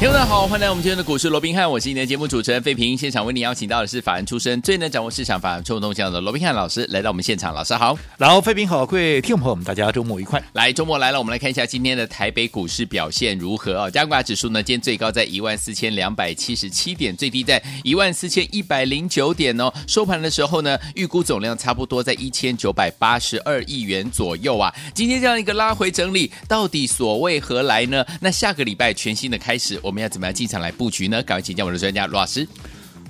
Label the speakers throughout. Speaker 1: 听众朋友好，欢迎来到我们今天的股市罗宾汉，我是你的节目主持人费平。现场为您邀请到的是法人出身、最能掌握市场法人冲动向的罗宾汉老师，来到我们现场。老师好，
Speaker 2: 然后，费平好，各位听众朋友们，大家周末愉快。
Speaker 1: 来周末来了，我们来看一下今天的台北股市表现如何啊、加权指数呢，今天最高在14,277点，最低在14,109点哦。收盘的时候呢，预估总量差不多在1,982亿元左右啊。今天这样一个拉回整理，到底所谓何来呢？那下个礼拜全新的开始，我们要怎么样进场来布局呢？赶快请教我们的专家罗老师。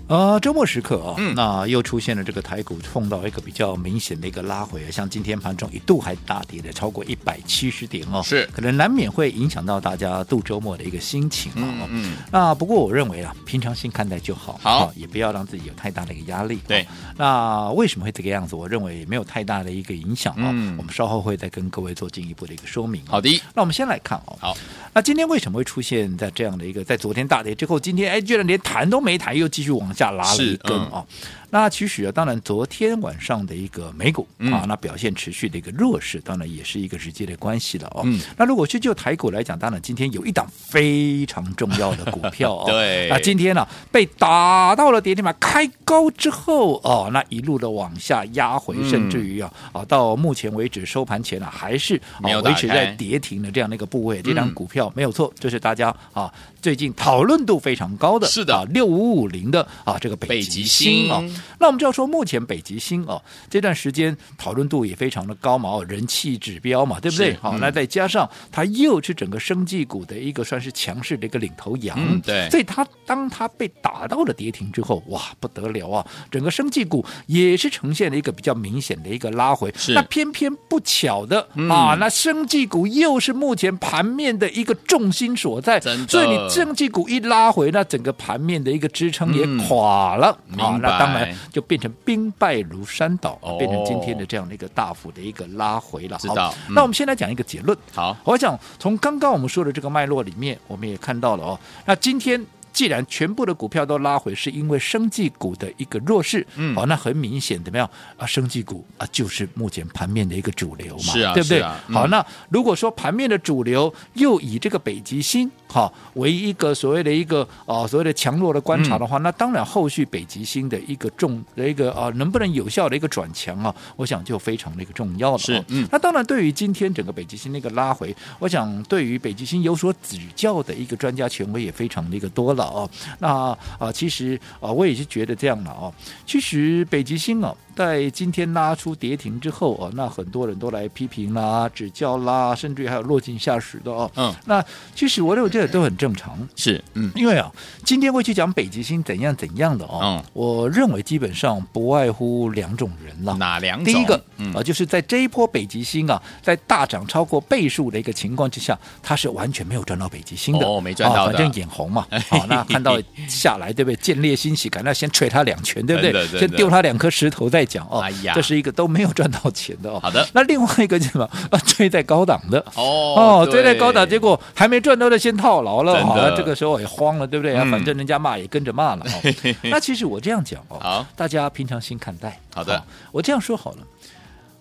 Speaker 2: 呃，周末时刻啊、
Speaker 1: 嗯
Speaker 2: 那又出现了这个台股碰到一个比较明显的一个拉回，像今天盘中一度还大跌了超过一百七十点哦，
Speaker 1: 是
Speaker 2: 可能难免会影响到大家度周末的一个心情啊、哦。
Speaker 1: 嗯
Speaker 2: 那不过我认为啊，平常心看待就好，
Speaker 1: 好
Speaker 2: 哦也不要让自己有太大的一个压力。
Speaker 1: 对
Speaker 2: 哦那为什么会这个样子？我认为也没有太大的一个影响啊、
Speaker 1: 嗯
Speaker 2: 我们稍后会再跟各位做进一步的一个说明、哦。
Speaker 1: 好的，
Speaker 2: 那我们先来看哦。
Speaker 1: 好，
Speaker 2: 那今天为什么会出现在这样的一个，在昨天大跌之后，今天哎居然连弹都没弹，又继续往下拉了一根
Speaker 1: 是嗯
Speaker 2: 哦。那其实啊，当然昨天晚上的一个美股、
Speaker 1: 嗯
Speaker 2: 啊，那表现持续的一个弱势，当然也是一个直接的关系了哦。
Speaker 1: 嗯
Speaker 2: 那如果是就台股来讲，当然今天有一档非常重要的股票哦，
Speaker 1: 对
Speaker 2: 那今天呢、被打到了跌停板，开高之后哦，那一路的往下压回，
Speaker 1: 嗯
Speaker 2: 甚至于啊啊，到目前为止收盘前呢、还是、啊
Speaker 1: 没有打
Speaker 2: 维持
Speaker 1: 开
Speaker 2: 在跌停的这样的一个部位，这张
Speaker 1: 嗯
Speaker 2: 股票没有错，这是大家啊最近讨论度非常高的，
Speaker 1: 是的
Speaker 2: 啊六五五零的啊这个
Speaker 1: 北
Speaker 2: 北
Speaker 1: 极
Speaker 2: 极
Speaker 1: 星
Speaker 2: 星啊。那我们就要说，目前北极星哦这段时间讨论度也非常的高嘛，哦人气指标嘛，对不对
Speaker 1: 是？
Speaker 2: 好、
Speaker 1: 嗯
Speaker 2: 那再加上它又是整个生技股的一个算是强势的一个领头羊，
Speaker 1: 嗯对
Speaker 2: 所以它当它被打到了跌停之后，哇不得了啊，整个生技股也是呈现了一个比较明显的一个拉回，
Speaker 1: 是嗯
Speaker 2: 那偏偏不巧的、啊，那生技股又是目前盘面的一个重心所在，
Speaker 1: 真的
Speaker 2: 所以你生技股一拉回，那整个盘面的一个支撑也垮了、
Speaker 1: 嗯
Speaker 2: 啊
Speaker 1: 明，白
Speaker 2: 那当然就变成兵败如山倒，
Speaker 1: 哦
Speaker 2: 变成今天的这样的一个大幅的一个拉回了。
Speaker 1: 知道
Speaker 2: 好
Speaker 1: 嗯
Speaker 2: 那我们先来讲一个结论。
Speaker 1: 好，
Speaker 2: 我想从刚刚我们说的这个脉络里面，我们也看到了哦。那今天既然全部的股票都拉回，是因为生技股的一个弱势，
Speaker 1: 嗯
Speaker 2: 好、那很明显怎么样啊？生技股啊，就是目前盘面的一个主流嘛，
Speaker 1: 是啊
Speaker 2: 对不对？
Speaker 1: 是啊嗯
Speaker 2: 好，那如果说盘面的主流又以这个北极星哈、为一个所谓的一个呃所谓的强弱的观察的
Speaker 1: 嗯
Speaker 2: 话，那当然后续北极星的一个重的一个啊、呃能不能有效的一个转强啊，我想就非常的一个重要了、哦。
Speaker 1: 是嗯
Speaker 2: 那当然，对于今天整个北极星那个拉回，我想对于北极星有所指教的一个专家权威也非常的一个多了哦。那啊、其实啊、我也是觉得这样了哦。其实北极星啊，在今天拉出跌停之后哦，那很多人都来批评啦、指教啦，甚至于还有落井下石的哦。
Speaker 1: 嗯，
Speaker 2: 那其实我认为这都很正常。
Speaker 1: 是，嗯，
Speaker 2: 因为啊，今天会去讲北极星怎样怎样的哦，
Speaker 1: 嗯
Speaker 2: 我认为基本上不外乎两种人了。
Speaker 1: 哪两种？
Speaker 2: 第一个啊、
Speaker 1: 嗯，
Speaker 2: 呃就是在这一波北极星啊，在大涨超过倍数的一个情况之下，它是完全没有赚到北极星的，
Speaker 1: 哦没赚到的
Speaker 2: 啊反正眼红 嘛。好、那看到下来，对不对？见猎欣喜，赶快先捶他两拳，对不
Speaker 1: 真的
Speaker 2: 对？
Speaker 1: 真的
Speaker 2: 先丢他两颗石头再讲哦。
Speaker 1: 哎呀
Speaker 2: 这是一个都没有赚到钱的哦。
Speaker 1: 好的
Speaker 2: 那另外一个就是什么？啊，追在高档的。
Speaker 1: 哦
Speaker 2: 追在高档，
Speaker 1: 对
Speaker 2: 结果还没赚到的先套牢了，
Speaker 1: 真的
Speaker 2: 好那这个时候也慌了，对不对？啊
Speaker 1: 嗯
Speaker 2: 反正人家骂也跟着骂了。 哦那其实我这样讲哦，
Speaker 1: 好，
Speaker 2: 大家平常心看待。哦
Speaker 1: 好的
Speaker 2: 我这样说好了。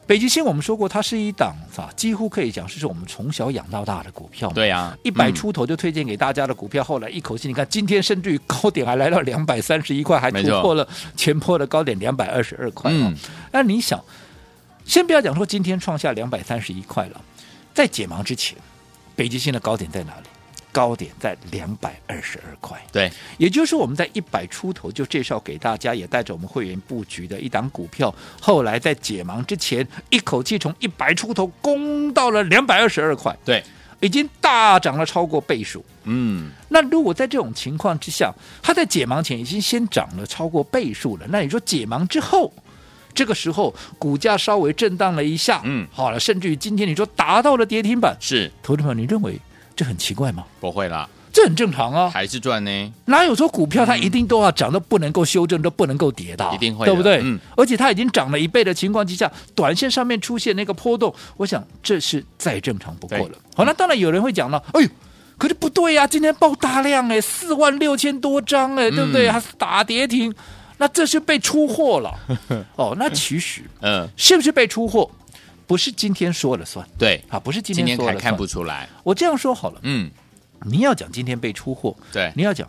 Speaker 2: 北极星我们说过，它是一档啊，几乎可以讲是我们从小养到大的股票嘛。
Speaker 1: 对啊，
Speaker 2: 一百
Speaker 1: 嗯
Speaker 2: 出头就推荐给大家的股票，后来一口气，你看今天甚至于高点还来到两百三十一块，还突
Speaker 1: 没错
Speaker 2: 破了前波的高点两百二十二块、哦
Speaker 1: 嗯。
Speaker 2: 那、你想，先不要讲说今天创下两百三十一块了，在解盲之前，北极星的高点在哪里？高点在两百二十二块。
Speaker 1: 嗯对，
Speaker 2: 也就是我们在一百出头就介绍给大家，也带着我们会员布局的一档股票，后来在解盲之前，一口气从一百出头攻到了两百二十二块，
Speaker 1: 对，
Speaker 2: 已经大涨了超过倍数。
Speaker 1: 嗯，
Speaker 2: 那如果在这种情况之下，它在解盲前已经先涨了超过倍数了，那你说解盲之后，这个时候股价稍微震荡了一下，
Speaker 1: 嗯
Speaker 2: 好了，甚至于今天你说达到了跌停板，
Speaker 1: 是
Speaker 2: 投资朋友，你认为这很奇怪吗？
Speaker 1: 不会啦，
Speaker 2: 这很正常啊。
Speaker 1: 还是赚呢？
Speaker 2: 哪有说股票它一定都要涨，都不能够修正，都不能够跌的啊、
Speaker 1: 嗯一定会的
Speaker 2: 对不对？
Speaker 1: 嗯
Speaker 2: 而且它已经涨了一倍的情况之下，短线上面出现那个波动，我想这是再正常不过了
Speaker 1: 对。
Speaker 2: 好，那当然有人会讲了，哎呦。可是不对呀、今天爆大量哎，四万六千多张哎，对不对？
Speaker 1: 嗯
Speaker 2: 还是打跌停，那这是被出货 了哦。那其实
Speaker 1: 嗯，
Speaker 2: 是不是被出货，不是今天说了算
Speaker 1: 对，
Speaker 2: 啊，不是今
Speaker 1: 今
Speaker 2: 天
Speaker 1: 天
Speaker 2: 说
Speaker 1: 还
Speaker 2: 了
Speaker 1: 看
Speaker 2: 算
Speaker 1: 不。出来，
Speaker 2: 我这样说好了，
Speaker 1: 嗯，
Speaker 2: 你要讲今天被出货，
Speaker 1: 对，
Speaker 2: 你要讲，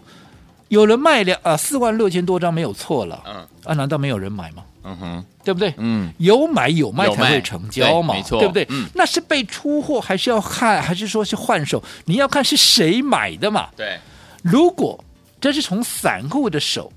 Speaker 2: 有人卖两啊四万六千多张没有错了，
Speaker 1: 嗯
Speaker 2: 啊，难道没有人买吗？
Speaker 1: 嗯哼，
Speaker 2: 对不对？
Speaker 1: 嗯，
Speaker 2: 有买有卖
Speaker 1: 有卖
Speaker 2: 才会成交嘛，
Speaker 1: 对没错
Speaker 2: 不对？
Speaker 1: 嗯
Speaker 2: 那是被出货还是要看，还是说是换手？你要看是谁买的嘛。
Speaker 1: 对，
Speaker 2: 如果这是从散户的手，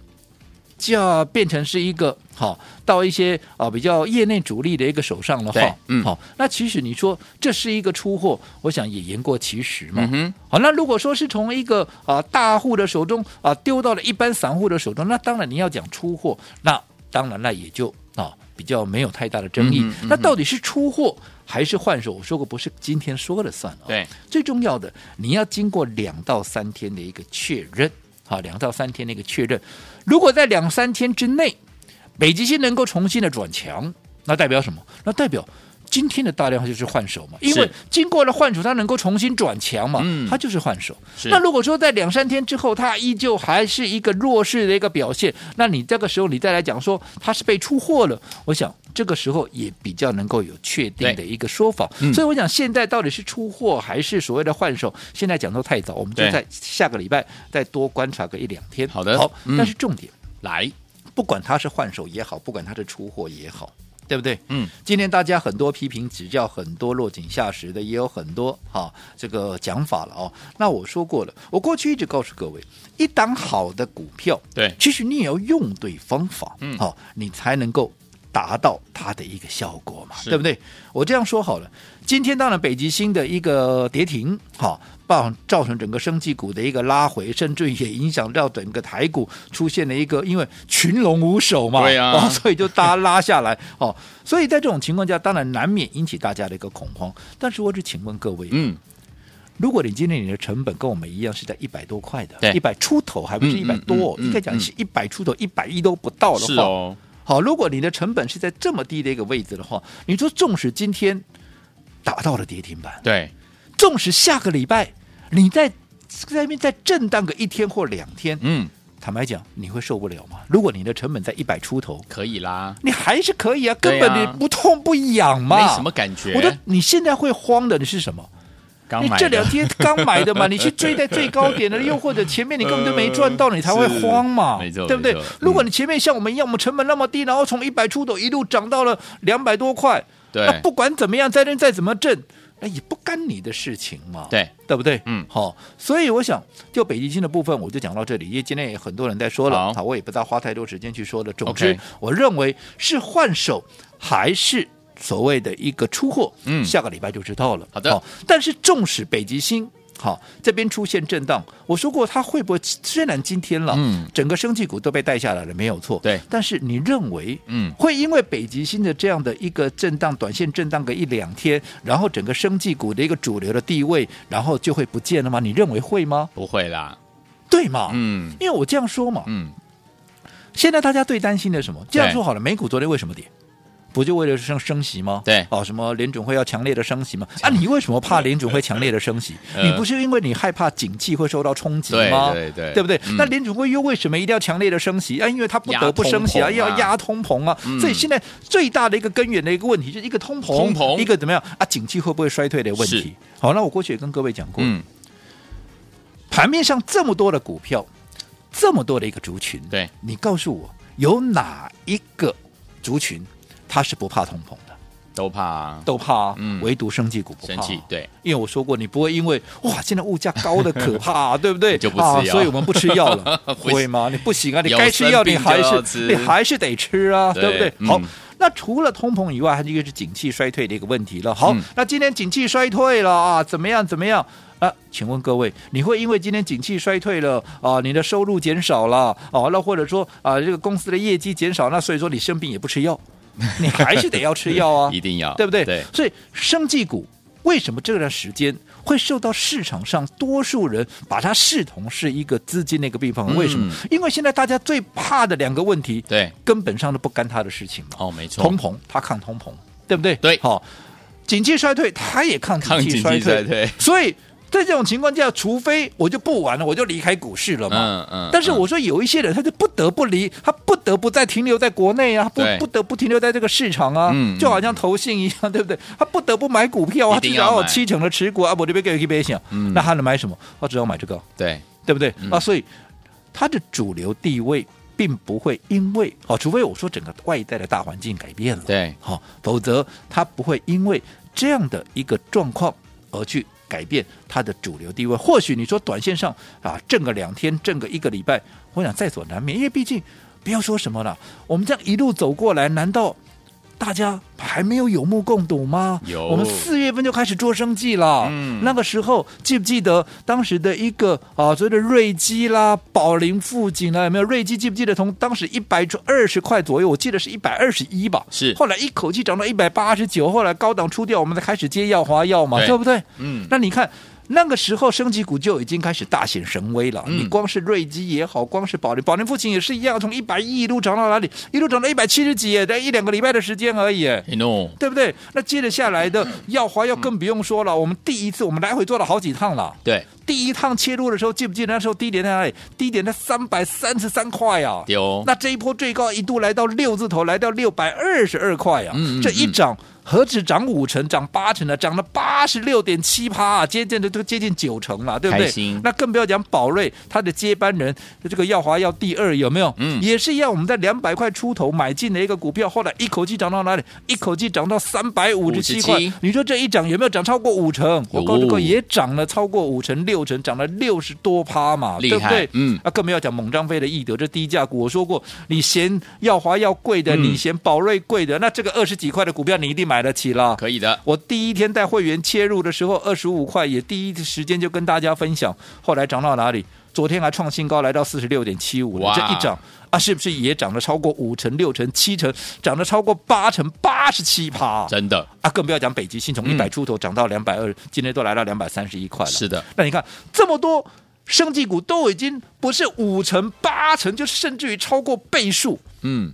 Speaker 2: 就要变成是一个好、到一些啊、比较业内主力的一个手上的话，
Speaker 1: 对
Speaker 2: 好、
Speaker 1: 嗯
Speaker 2: 那其实你说这是一个出货，我想也言过其实嘛。
Speaker 1: 嗯哼，
Speaker 2: 好，那如果说是从一个啊、大户的手中啊、丢到了一般散户的手中，那当然你要讲出货，那当然那也就啊、比较没有太大的争议。
Speaker 1: 嗯哼嗯哼
Speaker 2: 那到底是出货还是换手？我说过不是今天说了算哦。
Speaker 1: 对，
Speaker 2: 最重要的你要经过两到三天的一个确认，好，两到三天的一个确认。如果在两三天之内，北极星能够重新的转强，那代表什么？那代表今天的大量就是换手嘛，因为
Speaker 1: 是
Speaker 2: 经过了换手，它能够重新转强嘛，
Speaker 1: 嗯
Speaker 2: 它就是换手。
Speaker 1: 是
Speaker 2: 那如果说在两三天之后，它依旧还是一个弱势的一个表现，那你这个时候你再来讲说它是被出货了，我想这个时候也比较能够有确定的
Speaker 1: 对
Speaker 2: 一个说法。
Speaker 1: 嗯
Speaker 2: 所以我想现在到底是出货还是所谓的换手，现在讲都太早，我们就
Speaker 1: 对
Speaker 2: 在下个礼拜再多观察个一两天。
Speaker 1: 好的
Speaker 2: 好，
Speaker 1: 嗯
Speaker 2: 但是重点。
Speaker 1: 来，
Speaker 2: 不管他是换手也好，不管他是出货也好，对不对？
Speaker 1: 嗯，
Speaker 2: 今天大家很多批评指教，很多落井下石的，也有很多哈、这个讲法了哦。那我说过了，我过去一直告诉各位，一档好的股票，
Speaker 1: 对，
Speaker 2: 其实你也要用对方法，
Speaker 1: 嗯
Speaker 2: 好、你才能够达到它的一个效果嘛，
Speaker 1: 是
Speaker 2: 对不对？我这样说好了，今天当然北极星的一个跌停，好、造造成整个生技股的一个拉回，甚至也影响到整个台股出现了一个，因为群龙无首嘛，
Speaker 1: 对啊
Speaker 2: 哦所以就大家拉下来，哦，所以在这种情况下，当然难免引起大家的一个恐慌。但是我只请问各位，
Speaker 1: 嗯，
Speaker 2: 如果你今天你的成本跟我们一样是在一百多块的
Speaker 1: 对，
Speaker 2: 一百出头，还不是
Speaker 1: 嗯
Speaker 2: 一百多哦，
Speaker 1: 嗯嗯嗯
Speaker 2: 应该讲是一百出头，一百一都不到的
Speaker 1: 是
Speaker 2: 话，
Speaker 1: 哦，
Speaker 2: 好，如果你的成本是在这么低的一个位置的话，你说纵使今天打到了跌停板，
Speaker 1: 对，
Speaker 2: 纵使下个礼拜你在在那边再震荡个一天或两天，
Speaker 1: 嗯，
Speaker 2: 坦白讲，你会受不了吗？如果你的成本在一百出头，
Speaker 1: 可以啦，
Speaker 2: 你还是可以啊，根
Speaker 1: 对啊
Speaker 2: 本你不痛不痒嘛，
Speaker 1: 没什么感觉
Speaker 2: 我说你现在会慌的，你是什么？
Speaker 1: 刚
Speaker 2: 你
Speaker 1: 买
Speaker 2: 这两
Speaker 1: 的，
Speaker 2: 天刚买 的嘛，你去追在最高点的，又或者前面你根本就没赚到，你才会慌嘛，
Speaker 1: 是没错
Speaker 2: 对不对
Speaker 1: 没错？嗯
Speaker 2: 如果你前面像我们一样，我们成本那么低，然后从一百出头一路涨到了两百多块，
Speaker 1: 对
Speaker 2: 那不管怎么样，再认再怎么挣，那也不干你的事情嘛，
Speaker 1: 对，
Speaker 2: 对不对？
Speaker 1: 嗯
Speaker 2: 好、所以我想就北极星的部分，我就讲到这里，因为今天也很多人在说了，
Speaker 1: 好
Speaker 2: 好，我也不再花太多时间去说了。总
Speaker 1: OK
Speaker 2: 之，我认为是换手还是。所谓的一个出货，
Speaker 1: 嗯
Speaker 2: 下个礼拜就知道了。
Speaker 1: 好的
Speaker 2: 但是纵使北极星好这边出现震荡，我说过它会不会？虽然今天了，
Speaker 1: 嗯，
Speaker 2: 整个生技股都被带下来了，没有错。
Speaker 1: 对
Speaker 2: 但是你认为，
Speaker 1: 嗯
Speaker 2: 会因为北极星的这样的一个震荡，短线震荡个一两天，然后整个生技股的一个主流的地位，然后就会不见了吗？你认为会吗？
Speaker 1: 不会啦，
Speaker 2: 对吗？
Speaker 1: 嗯
Speaker 2: 因为我这样说嘛，
Speaker 1: 嗯，
Speaker 2: 现在大家最担心的是什么？这样
Speaker 1: 对
Speaker 2: 说好了，美股昨天为什么跌？不就为了升升息吗？
Speaker 1: 对
Speaker 2: 哦，什么联准会要强烈的升息吗？啊，你为什么怕联准会强烈的升息？
Speaker 1: 呃
Speaker 2: 你不是因为你害怕景气会受到冲击
Speaker 1: 对
Speaker 2: 吗？
Speaker 1: 对对，
Speaker 2: 不对？
Speaker 1: 嗯
Speaker 2: 那联准会又为什么一定要强烈的升息啊？因为它不得不升息
Speaker 1: 压通膨啊
Speaker 2: 要压通膨啊。
Speaker 1: 嗯
Speaker 2: 所以现在最大的一个根源的一个问题，就是一个通膨，
Speaker 1: 通膨
Speaker 2: 一个怎么样啊？景气会不会衰退的问
Speaker 1: 是
Speaker 2: 题。好，那我过去也跟各位讲过，
Speaker 1: 嗯，
Speaker 2: 盘面上这么多的股票，这么多的一个族群，
Speaker 1: 对，
Speaker 2: 你告诉我有哪一个族群它是不怕通膨的？
Speaker 1: 都怕啊，
Speaker 2: 都怕、啊，
Speaker 1: 嗯
Speaker 2: 唯独生技股不怕、啊
Speaker 1: 生气，对，
Speaker 2: 因为我说过，你不会因为哇，现在物价高的可怕、 啊，对不对？
Speaker 1: 就不吃
Speaker 2: 啊，
Speaker 1: 药
Speaker 2: 所以我们不吃 药了，
Speaker 1: 不行
Speaker 2: 会吗？你不行啊，你
Speaker 1: 有
Speaker 2: 该吃药
Speaker 1: 生
Speaker 2: 你
Speaker 1: 病
Speaker 2: 还
Speaker 1: 就要
Speaker 2: 是
Speaker 1: 吃
Speaker 2: 你还是得吃啊，
Speaker 1: 对
Speaker 2: 对不
Speaker 1: 嗯
Speaker 2: 对？好，那除了通膨以外，还有一个是景气衰退的一个问题了。好，
Speaker 1: 嗯
Speaker 2: 那今天景气衰退了啊，怎么样？怎么样？啊，请问各位，你会因为今天景气衰退了啊，你的收入减少了哦、那或者说啊，这个公司的业绩减少，那所以说你生病也不吃药，你还是得要吃药啊
Speaker 1: ，一定要，
Speaker 2: 对不对？
Speaker 1: 对，
Speaker 2: 所以生技股为什么这段时间会受到市场上多数人把它视同是一个资金的一个避风。为什么？因为现在大家最怕的两个问题，
Speaker 1: 对，
Speaker 2: 根本上都不干他的事情嘛。
Speaker 1: 哦，没错
Speaker 2: 通，膨，它抗通膨，对不对？
Speaker 1: 对
Speaker 2: 好、经济衰退，它也抗
Speaker 1: 抗
Speaker 2: 经
Speaker 1: 经济
Speaker 2: 济衰退，
Speaker 1: 衰退
Speaker 2: 所以。在这种情况下，除非我就不玩了，我就离开股市了嘛。
Speaker 1: 嗯嗯
Speaker 2: 但是我说有一些人，他就不得不离，他不得不再停留在国内啊，不
Speaker 1: 对
Speaker 2: 不得不停留在这个市场啊，
Speaker 1: 嗯嗯
Speaker 2: 就好像投信一样，对不对？他不得不买股票啊，
Speaker 1: 一
Speaker 2: 他
Speaker 1: 定
Speaker 2: 至
Speaker 1: 要
Speaker 2: 少有
Speaker 1: 买
Speaker 2: 七成的持股啊，我这边给一杯想，
Speaker 1: 嗯
Speaker 2: 那他能买什么？他只要买这个啊，
Speaker 1: 对，
Speaker 2: 对不对、
Speaker 1: 嗯
Speaker 2: 啊？所以它的主流地位并不会因为哦，除非我说整个外在的大环境改变了，
Speaker 1: 对，
Speaker 2: 好、否则它不会因为这样的一个状况而去改变它的主流地位。或许你说短线上啊，挣个两天，挣个一个礼拜，我想在所难免，因为毕竟不要说什么了，我们这样一路走过来，难道？大家还没有有目共睹吗？
Speaker 1: 有
Speaker 2: 我们四月份就开始做生计了。
Speaker 1: 嗯
Speaker 2: 那个时候记不记得当时的一个啊，所谓的瑞基啦、宝林富锦啦，有没有？瑞基记不记得从当时一百二十块左右，我记得是一百二十一吧？
Speaker 1: 是
Speaker 2: 后来一口气涨到一百八十九，后来高档出掉，我们才开始接药华药嘛，
Speaker 1: 对
Speaker 2: 对不对？
Speaker 1: 嗯，
Speaker 2: 那你看。那个时候，升级股就已经开始大显神威了。
Speaker 1: 嗯
Speaker 2: 你光是瑞基也好，光是宝林，宝林父亲也是一样，从一百一一路涨到哪里？一路涨到一百七十几耶，在一两个礼拜的时间而已耶。
Speaker 1: 哎 no，
Speaker 2: 对不对？那接着下来的耀华要更不用说了，我们第一次我们来回做了好几趟了。
Speaker 1: 对，
Speaker 2: 第一趟切入的时候，记不记得那时候低点在哪里？低点在三百三十三块啊！
Speaker 1: 丢，
Speaker 2: 那这一波最高一度来到六字头，来到六百二十二块啊！
Speaker 1: 嗯嗯
Speaker 2: 这一涨何止涨五成，涨八成啊，涨了八十六点七趴啊，接近的都接近九成了，对不
Speaker 1: 开
Speaker 2: 对
Speaker 1: 心？
Speaker 2: 那更不要讲宝瑞，它的接班人这个耀华耀第二有没有？
Speaker 1: 嗯
Speaker 2: 也是一样，我们在两百块出头买进的一个股票，后来一口气涨到哪里？一口气涨到三百五十七块
Speaker 1: 57。
Speaker 2: 你说这一涨有没有涨超过五成？
Speaker 1: 有
Speaker 2: 我告诉各位，也涨了超过五成、六成，涨了六十多趴嘛，
Speaker 1: 厉
Speaker 2: 对不
Speaker 1: 害
Speaker 2: 对？
Speaker 1: 嗯
Speaker 2: 啊，更不要讲猛张飞的易德这低价股，我说过，你嫌耀华要贵的，
Speaker 1: 嗯
Speaker 2: 你嫌宝瑞贵的，那这个二十几块的股票你一定买得起啦。
Speaker 1: 可以的，
Speaker 2: 我第一天带会员切入的时候，二十五块也第一时间就跟大家分享，后来涨到哪里？昨天还创新高，来到四十六点七五
Speaker 1: 哇
Speaker 2: 这一涨啊，是不是也涨了超过五成、六成、七成，涨了超过八成、八十七趴？
Speaker 1: 真的
Speaker 2: 啊，更不要讲北极星从一
Speaker 1: 嗯
Speaker 2: 百出头涨到两百二，今天都来到两百三十一块了。
Speaker 1: 是的，
Speaker 2: 那你看这么多生技股都已经不是五成八成，就甚至于超过倍数。
Speaker 1: 嗯，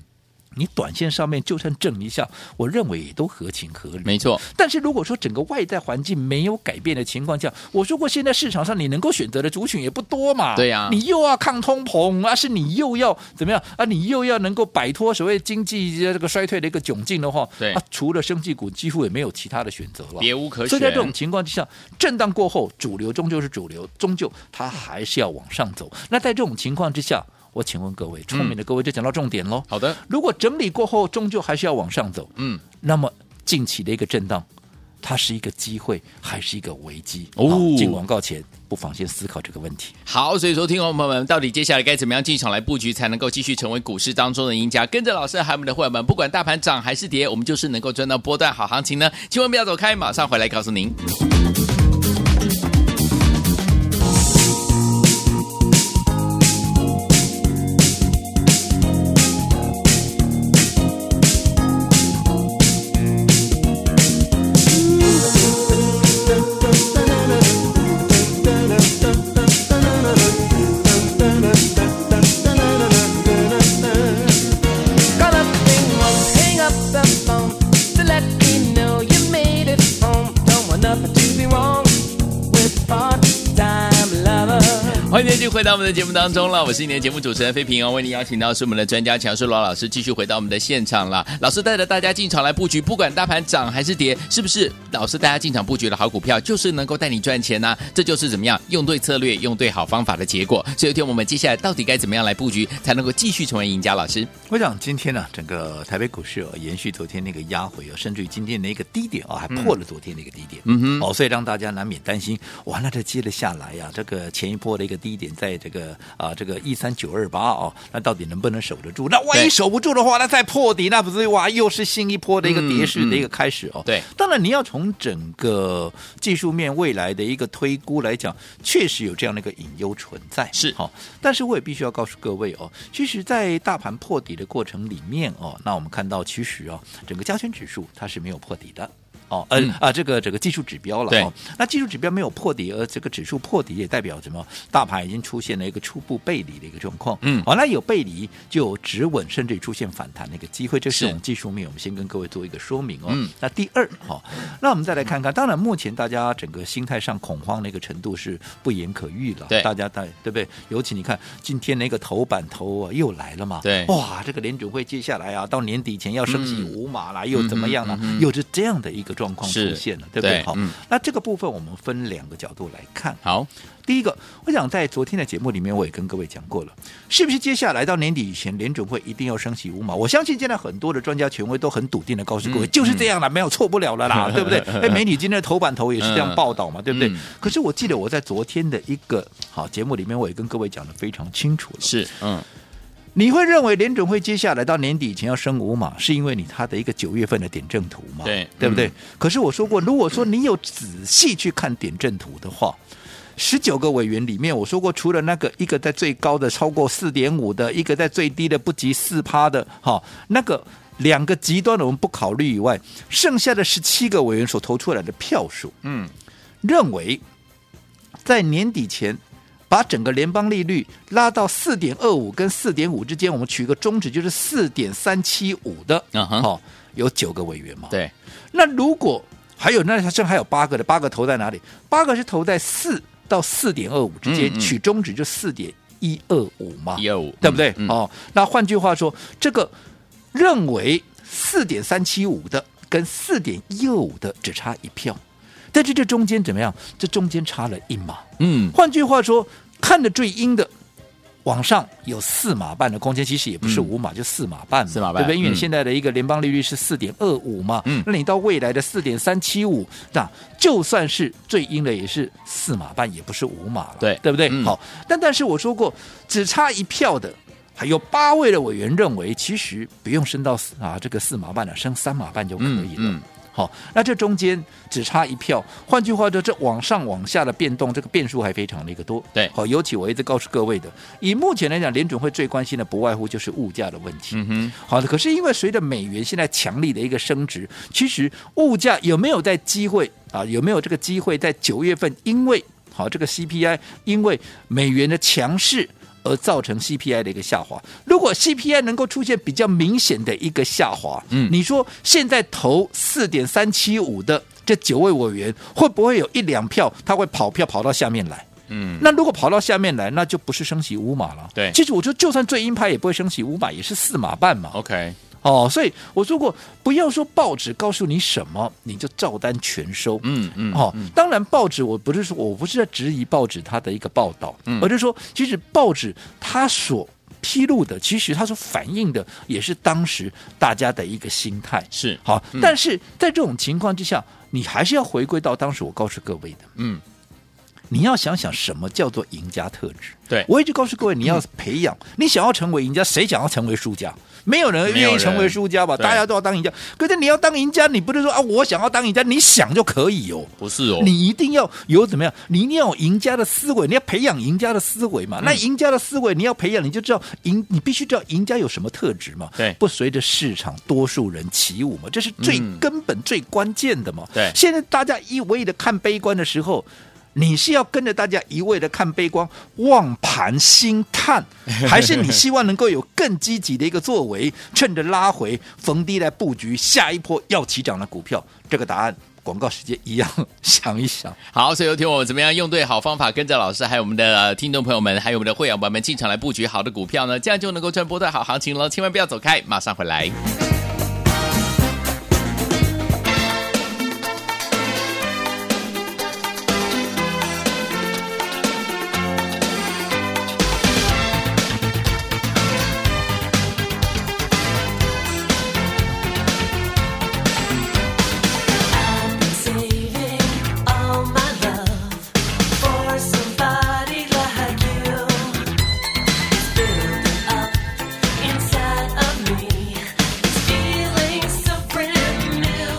Speaker 2: 你短线上面就算挣一下，我认为也都合情合理。
Speaker 1: 没错，
Speaker 2: 但是如果说整个外在环境没有改变的情况下，我说过现在市场上你能够选择的族群也不多嘛。
Speaker 1: 对呀
Speaker 2: 你又要抗通膨啊，是你又要怎么样啊？你又要能够摆脱所谓经济这个衰退的一个窘境的话，
Speaker 1: 对
Speaker 2: 啊，除了生技股，几乎也没有其他的选择了。
Speaker 1: 别无可
Speaker 2: 所
Speaker 1: 选
Speaker 2: 以，在这种情况之下，震荡过后，主流终究是主流，终究它还是要往上走。那在这种情况之下，我请问各位，聪明的各位就讲到重点喽。
Speaker 1: 嗯好的，
Speaker 2: 如果整理过后，终究还是要往上走，
Speaker 1: 嗯，
Speaker 2: 那么近期的一个震荡，它是一个机会还是一个危机？
Speaker 1: 哦
Speaker 2: 好进广告前不妨先思考这个问题。
Speaker 1: 好，所以说，听众朋友们，到底接下来该怎么样进场来布局，才能够继续成为股市当中的赢家？跟着老师还有我们的会员们，不管大盘涨还是跌，我们就是能够赚到波段好行情呢。千万不要走开，马上回来告诉您。
Speaker 3: Gonna ring once, hang up the phone to let me know you made it home. Don't want nothing to be wrong with part-time lover.
Speaker 1: 欢迎继续回到我们的节目当中了，我是你的节目主持
Speaker 2: 嗯
Speaker 1: 人飞平哦，为您邀请到是我们的专家强叔罗老师，继续回到我们的现场了。老师带着大家进场来布局，不管大盘涨还是跌，是不是？老师带大家进场布局的好股票，就是能够带你赚钱呐、啊这就是怎么样用对策略、用对好方法的结果。所以，天我们接下来到底该怎么样来布局，才能够继续成为赢家？老师，
Speaker 2: 我想今天呢、整个台北股市啊，延续昨天那个压回啊，甚至于今天的一个低点啊，还破了昨天的一个低点。
Speaker 1: 嗯哼
Speaker 2: 哦，所以让大家难免担心，哇，那这接了下来呀、这个前一波的一个低点，在这个啊这个一三九二八哦，那到底能不能守得住？那万
Speaker 1: 对
Speaker 2: 一守不住的话，那再破底，那不是哇，又是新一波的一个跌势的一个开始哦。
Speaker 1: 对
Speaker 2: 当然你要从整个技术面未来的一个推估来讲，确实有这样的一个隐忧存在。
Speaker 1: 是
Speaker 2: 好、但是我也必须要告诉各位哦，其实，在大盘破底的过程里面哦，那我们看到其实哦，整个加权指数它是没有破底的。哦，N
Speaker 1: 嗯
Speaker 2: 啊、这个这个技术指标了
Speaker 1: 对
Speaker 2: 哦。那技术指标没有破底，而这个指数破底也代表什么？大盘已经出现了一个初步背离的一个状况。
Speaker 1: 嗯
Speaker 2: 好、那有背离就有止稳，甚至于出现反弹的一个机会。这
Speaker 1: 是
Speaker 2: 是我们技术面，我们先跟各位做一个说明哦。
Speaker 1: 嗯
Speaker 2: 那第二，哈、那我们再来看看，当然目前大家整个心态上恐慌的一个程度是不言可喻了。
Speaker 1: 对
Speaker 2: 大家在对不对？尤其你看今天那个头版头啊又来了嘛。
Speaker 1: 对
Speaker 2: 哇，这个联准会接下来啊，到年底前要升息
Speaker 1: 嗯
Speaker 2: 五码啦，又怎么样了？啊又是这样的一个状况出
Speaker 1: 是
Speaker 2: 现了，对不对？
Speaker 1: 对嗯
Speaker 2: 那这个部分我们分两个角度来看。
Speaker 1: 好，
Speaker 2: 第一个，我想在昨天的节目里面我也跟各位讲过了，是不是接下来到年底以前，联准会一定要升息五码？我相信现在很多的专家权威都很笃定的告诉各位，
Speaker 1: 嗯
Speaker 2: 就是这样了，没有错不了了啦，对不对？哎，媒体今天的头版头也是这样
Speaker 1: 嗯
Speaker 2: 报道嘛，对不对？
Speaker 1: 嗯
Speaker 2: 可是我记得我在昨天的一个好节目里面，我也跟各位讲的非常清楚了，
Speaker 1: 是，嗯，
Speaker 2: 你会认为联准会接下来到年底以前要升五码，是因为你它的一个九月份的点阵图嘛？
Speaker 1: 对
Speaker 2: 对不对？
Speaker 1: 嗯
Speaker 2: 可是我说过，如果说你有仔细去看点阵图的话。十九个委员里面，我说过，除了那个一个在最高的超过四点五的，一个在最低的不及四趴的，哈、那个两个极端的我们不考虑以外，剩下的十七个委员所投出来的票数，
Speaker 1: 嗯，
Speaker 2: 认为在年底前把整个联邦利率拉到四点二五跟四点五之间，我们取一个中值，就是四点三七五的。
Speaker 1: 嗯哼
Speaker 2: 好、有九个委员嘛。。
Speaker 1: 对，
Speaker 2: 那如果还有那剩还有八个的，八个投在哪里？八个是投在四到四点二五之间，
Speaker 1: 嗯嗯
Speaker 2: 取中值就四点一二五嘛。
Speaker 1: 一二五，
Speaker 2: 对不对？
Speaker 1: 嗯嗯
Speaker 2: 哦，那换句话说，这个认为四点三七五的跟四点一二五的只差一票，但是这中间怎么样？这中间差了一码。
Speaker 1: 嗯，
Speaker 2: 换句话说，看得最阴的。往上有四码半的空间，其实也不是
Speaker 1: 嗯
Speaker 2: 五码，就四码半嘛，
Speaker 1: 四码半
Speaker 2: 对不对？因为
Speaker 1: 嗯
Speaker 2: 你现在的一个联邦利率是四点二五嘛，
Speaker 1: 嗯
Speaker 2: 那你到未来的四点三七五，那就算是最阴的也是四码半，也不是五码了，
Speaker 1: 对
Speaker 2: 对不对？
Speaker 1: 嗯
Speaker 2: 好，但但是我说过，只差一票的。还有八位的委员认为，其实不用升到四啊这个四码半了，升三码半就可以了。
Speaker 1: 嗯嗯
Speaker 2: 好，那这中间只差一票，换句话说，这往上往下的变动，这个变数还非常的一个多。
Speaker 1: 对
Speaker 2: 好，尤其我一直告诉各位的，以目前来讲，联准会最关心的不外乎就是物价的问题。
Speaker 1: 嗯哼，
Speaker 2: 好的，可是因为随着美元现在强力的一个升值，其实物价有没有在机会啊？有没有这个机会在九月份？因为好这个 CPI，因为美元的强势。而造成 CPI 的一个下滑。如果 CPI 能够出现比较明显的一个下滑，
Speaker 1: 嗯
Speaker 2: 你说现在投四点三七五的这九位委员，会不会有一两票他会跑票跑到下面来？
Speaker 1: 嗯，
Speaker 2: 那如果跑到下面来，那就不是升息五码了。
Speaker 1: 对
Speaker 2: 其实我觉得就算最鹰派也不会升息五码，也是四码半嘛。
Speaker 1: ，OK，
Speaker 2: 哦，所以我说过，不要说报纸告诉你什么，你就照单全收。
Speaker 1: 嗯嗯，
Speaker 2: 哦，当然，报纸我不是说我不是在质疑报纸它的一个报道，
Speaker 1: 嗯
Speaker 2: 而是说，其实报纸它所披露的，其实它所反映的也是当时大家的一个心态。
Speaker 1: 是，嗯
Speaker 2: 好，但是在这种情况之下，你还是要回归到当时我告诉各位的，
Speaker 1: 嗯，
Speaker 2: 你要想想什么叫做赢家特质。
Speaker 1: 对嗯
Speaker 2: 我一直告诉各位，你要培养，你想要成为赢家，谁想要成为输家？没有人
Speaker 1: 没有
Speaker 2: 愿意
Speaker 1: 人
Speaker 2: 成为输家吧？
Speaker 1: 对
Speaker 2: 大家都要当赢家。可是你要当赢家，你不是说啊，我想要当赢家，你想就可以哦。
Speaker 1: 不是哦，
Speaker 2: 你一定要有怎么样？你一定要有赢家的思维，你要培养赢家的思维嘛。
Speaker 1: 嗯
Speaker 2: 那赢家的思维你要培养，你就知道赢，你必须知道赢家有什么特质嘛。
Speaker 1: 对
Speaker 2: 不随着市场多数人起舞嘛，这是最
Speaker 1: 嗯
Speaker 2: 根本、最关键的嘛。
Speaker 1: 对
Speaker 2: 现在大家一味的看悲观的时候。你是要跟着大家一味的看悲观、望盘兴叹，还是你希望能够有更积极的一个作为，趁着拉回逢低来布局下一波要起涨的股票？这个答案广告时间一样想一想。
Speaker 1: 好，所以有听我们怎么样用对好方法，跟着老师，还有我们的、呃听众朋友们，还有我们的会员朋友们进场来布局好的股票呢，这样就能够赚波段好行情了。千万不要走开，马上回来。
Speaker 4: Saving all my love for somebody like you. It's building up inside of me. It's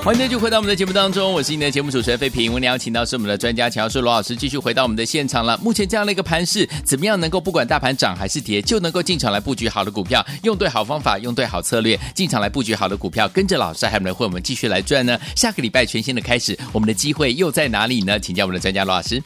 Speaker 1: 欢迎继续回到我们的节目当中，我是你的节目主持人费平。我们邀请到是我们的专家乔树罗老师，继续回到我们的现场了。目前这样的一个盘势，怎么样能够不管大盘涨还是跌，就能够进场来布局好的股票，用对好方法，用对好策略，进场来布局好的股票，跟着老师还有我们的会我们继续来赚呢？下个礼拜全新的开始，我们的机会又在哪里呢？请教我们的专家罗老师。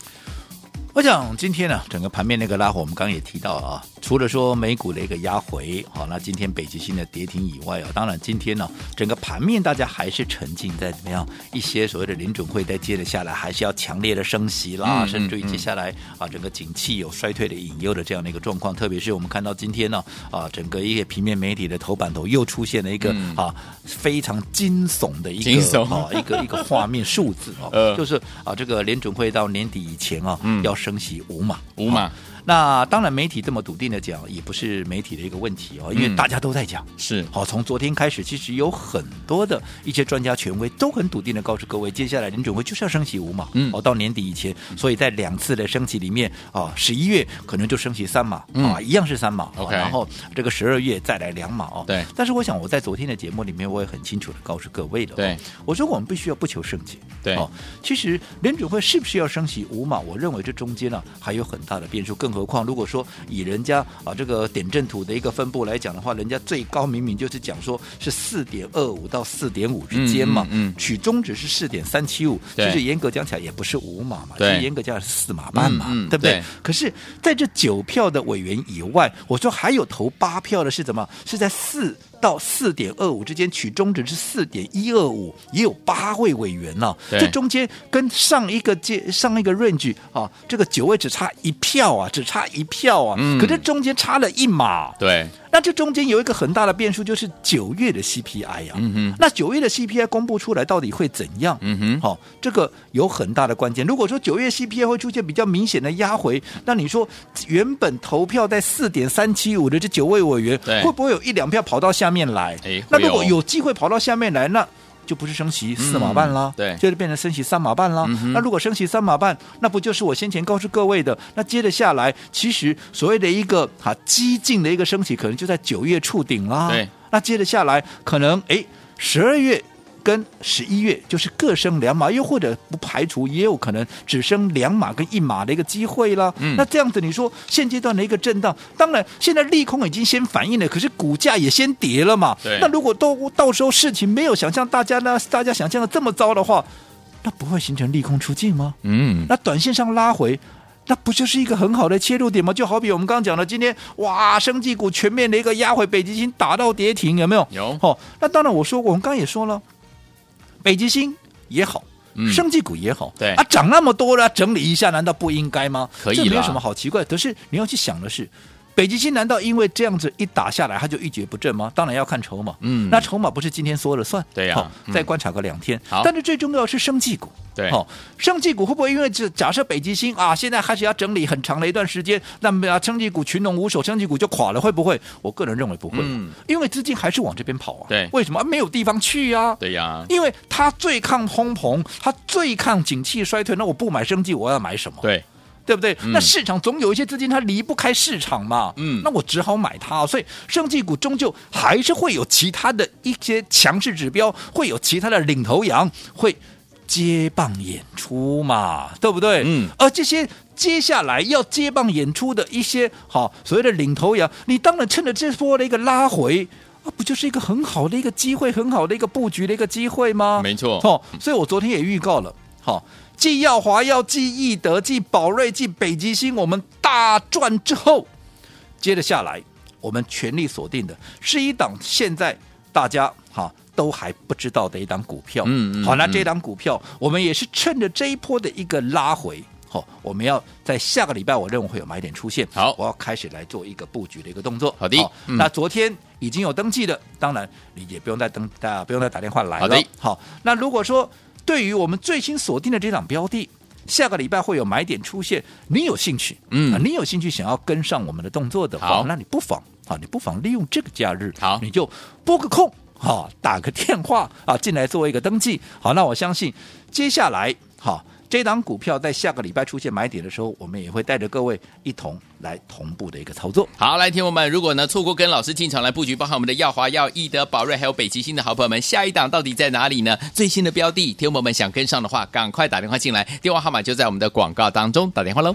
Speaker 2: 我想今天呢、整个盘面那个拉回，我们刚刚也提到啊，除了说美股的一个压回，好，那今天北极星的跌停以外啊，当然今天呢、整个盘面大家还是沉浸在怎么样一些所谓的联准会在接着下来还是要强烈的升息啦，
Speaker 1: 嗯
Speaker 2: 甚至于接下来啊，整个景气有衰退的隐忧的这样的一个状况，特别是我们看到今天呢啊整个一些平面媒体的头版头又出现了一个、
Speaker 1: 嗯
Speaker 2: 啊非常惊悚的一个
Speaker 1: 惊悚
Speaker 2: 啊一个一个画面数字 哦，
Speaker 1: 呃
Speaker 2: 就是啊这个联准会到年底以前啊、
Speaker 1: 嗯
Speaker 2: 要升息五码，
Speaker 1: 五码
Speaker 2: 啊那当然，媒体这么笃定的讲，也不是媒体的一个问题哦，因为
Speaker 1: 嗯
Speaker 2: 大家都在讲。
Speaker 1: 是
Speaker 2: 好，从昨天开始，其实有很多的一些专家权威都很笃定的告诉各位，接下来联准会就是要升息五码，
Speaker 1: 嗯
Speaker 2: 哦，到年底以前，所以在两次的升息里面，啊，十一月可能就升息三码，
Speaker 1: 嗯
Speaker 2: 啊，一样是三码啊
Speaker 1: OK
Speaker 2: 然后这个十二月再来两码哦，
Speaker 1: 对
Speaker 2: 但是我想我在昨天的节目里面，我也很清楚的告诉各位的、哦
Speaker 1: 对，
Speaker 2: 我说我们必须要不求甚解，
Speaker 1: 对
Speaker 2: 哦，其实联准会是不是要升息五码，我认为这中间呢、还有很大的变数，更何况如果说以人家啊这个点阵图的一个分布来讲的话，人家最高明明就是讲说是四点二五到四点五之间嘛，
Speaker 1: 嗯嗯嗯
Speaker 2: 取中值是四点三七五，其
Speaker 1: 对
Speaker 2: 实严格讲起来也不是五码嘛，其
Speaker 1: 对
Speaker 2: 实严格讲是四码半嘛，
Speaker 1: 嗯嗯
Speaker 2: 对不对？
Speaker 1: 对
Speaker 2: 可是在这九票的委员以外，我说还有投八票的是怎么？是在四到四点二五之间，取中值是四点一二五，也有八位委员呢、
Speaker 1: 对
Speaker 2: 这中间跟上一个阶上一个 range 啊，这个九位只差一票啊，只差一票啊，
Speaker 1: 嗯
Speaker 2: 可这中间差了一码。
Speaker 1: 对，
Speaker 2: 那这中间有一个很大的变数，就是九月的 CPI 啊。
Speaker 1: 嗯哼
Speaker 2: 那九月的 CPI 公布出来到底会怎样？
Speaker 1: 嗯哼
Speaker 2: 好、这个有很大的关键。如果说九月 CPI 会出现比较明显的压回，那你说原本投票在四点三七五的这九位委员，
Speaker 1: 对
Speaker 2: 会不会有一两票跑到下面来？
Speaker 1: 哎
Speaker 2: 那
Speaker 1: 会
Speaker 2: 如
Speaker 1: 哦
Speaker 2: 果有机会跑到下面来，那就不是升息四码半啦，
Speaker 1: 对嗯
Speaker 2: 就是变成升息三码半啦。那如果升息三码半，那不就是我先前告诉各位的？那接着下来，其实所谓的一个啊激进的一个升息，可能就在九月触顶啦。
Speaker 1: 对，
Speaker 2: 那接着下来，可能哎十二月。跟十一月就是各升两码，又或者不排除也有可能只升两码跟一码的一个机会啦。
Speaker 1: 嗯
Speaker 2: 那这样子，你说现阶段的一个震荡，当然现在利空已经先反应了，可是股价也先跌了嘛。
Speaker 1: 对
Speaker 2: 那如果到到时候事情没有想象大家呢，大家想象的这么糟的话，那不会形成利空出尽吗？
Speaker 1: 嗯，
Speaker 2: 那短线上拉回。那不就是一个很好的切入点吗？就好比我们刚刚讲的，今天哇，生技股全面的一个压回，北极星打到跌停，有没有？
Speaker 1: 有
Speaker 2: 哦，那当然，我说过，我们刚刚也说了，北极星也好，
Speaker 1: 嗯
Speaker 2: 生技股也好，
Speaker 1: 对
Speaker 2: 啊，涨那么多了，整理一下，难道不应该吗？
Speaker 1: 可以
Speaker 2: 这没有
Speaker 1: 啦
Speaker 2: 什么好奇怪。可是你要去想的是，北极星难道因为这样子一打下来，它就一蹶不振吗？当然要看筹码，
Speaker 1: 嗯
Speaker 2: 那筹码不是今天说了算，
Speaker 1: 对呀
Speaker 2: 好
Speaker 1: 嗯
Speaker 2: 再观察个两天。
Speaker 1: 好
Speaker 2: 但是最重要的是生技股，
Speaker 1: 对
Speaker 2: 好、生技股会不会因为这假设北极星啊，现在开始要整理很长的一段时间，那么啊，生技股群龙无首，生技股就垮了，会不会？我个人认为不会，
Speaker 1: 嗯
Speaker 2: 因为资金还是往这边跑啊。
Speaker 1: 对
Speaker 2: 为什么、啊没有地方去啊？
Speaker 1: 对呀，
Speaker 2: 因为它最抗通膨，它最抗景气衰退。那我不买生技，我要买什么？
Speaker 1: 对，
Speaker 2: 对不对？
Speaker 1: 嗯
Speaker 2: 那市场总有一些资金它离不开市场嘛，
Speaker 1: 嗯
Speaker 2: 那我只好买它，所以生技股终究还是会有其他的一些强势指标，会有其他的领头羊会接棒演出嘛，对不对？
Speaker 1: 嗯，
Speaker 2: 而这些。接下来要接棒演出的一些好所谓的领头羊，你当然趁着这波的一个拉回啊，不就是一个很好的一个机会，很好的一个布局的一个机会吗？
Speaker 1: 没错
Speaker 2: 哦，所以我昨天也预告了，好、继耀华药、继易德、继宝瑞、继北极星，我们大赚之后，接着下来，我们全力锁定的是一档现在大家哈、都还不知道的一档股票。
Speaker 1: 嗯嗯
Speaker 2: 好，那
Speaker 1: 嗯
Speaker 2: 这档股票、我们也是趁着这一波的一个拉回。好、我们要在下个礼拜，我认为会有买点出现。
Speaker 1: 好
Speaker 2: 我要开始来做一个布局的一个动作。
Speaker 1: 好的嗯
Speaker 2: 那昨天已经有登记的，当然你也不用再登，大家不用再打电话来了。
Speaker 1: 好的
Speaker 2: 好，那如果说对于我们最新锁定的这档标的，下个礼拜会有买点出现，你有兴趣，
Speaker 1: 嗯
Speaker 2: 啊你有兴趣想要跟上我们的动作的话
Speaker 1: 好，
Speaker 2: 那你不妨啊，你不妨利用这个假日，
Speaker 1: 好
Speaker 2: 你就拨个空。啊哈、打个电话啊，进来做一个登记。好，那我相信接下来哈、这档股票在下个礼拜出现买点的时候，我们也会带着各位一同来同步的一个操作。
Speaker 1: 好，来，听众们，如果呢错过跟老师进场来布局，包含我们的耀华、耀益德、宝瑞还有北极星的好朋友们，下一档到底在哪里呢？最新的标的，听众们想跟上的话，赶快打电话进来，电话号码就在我们的广告当中，打电话喽。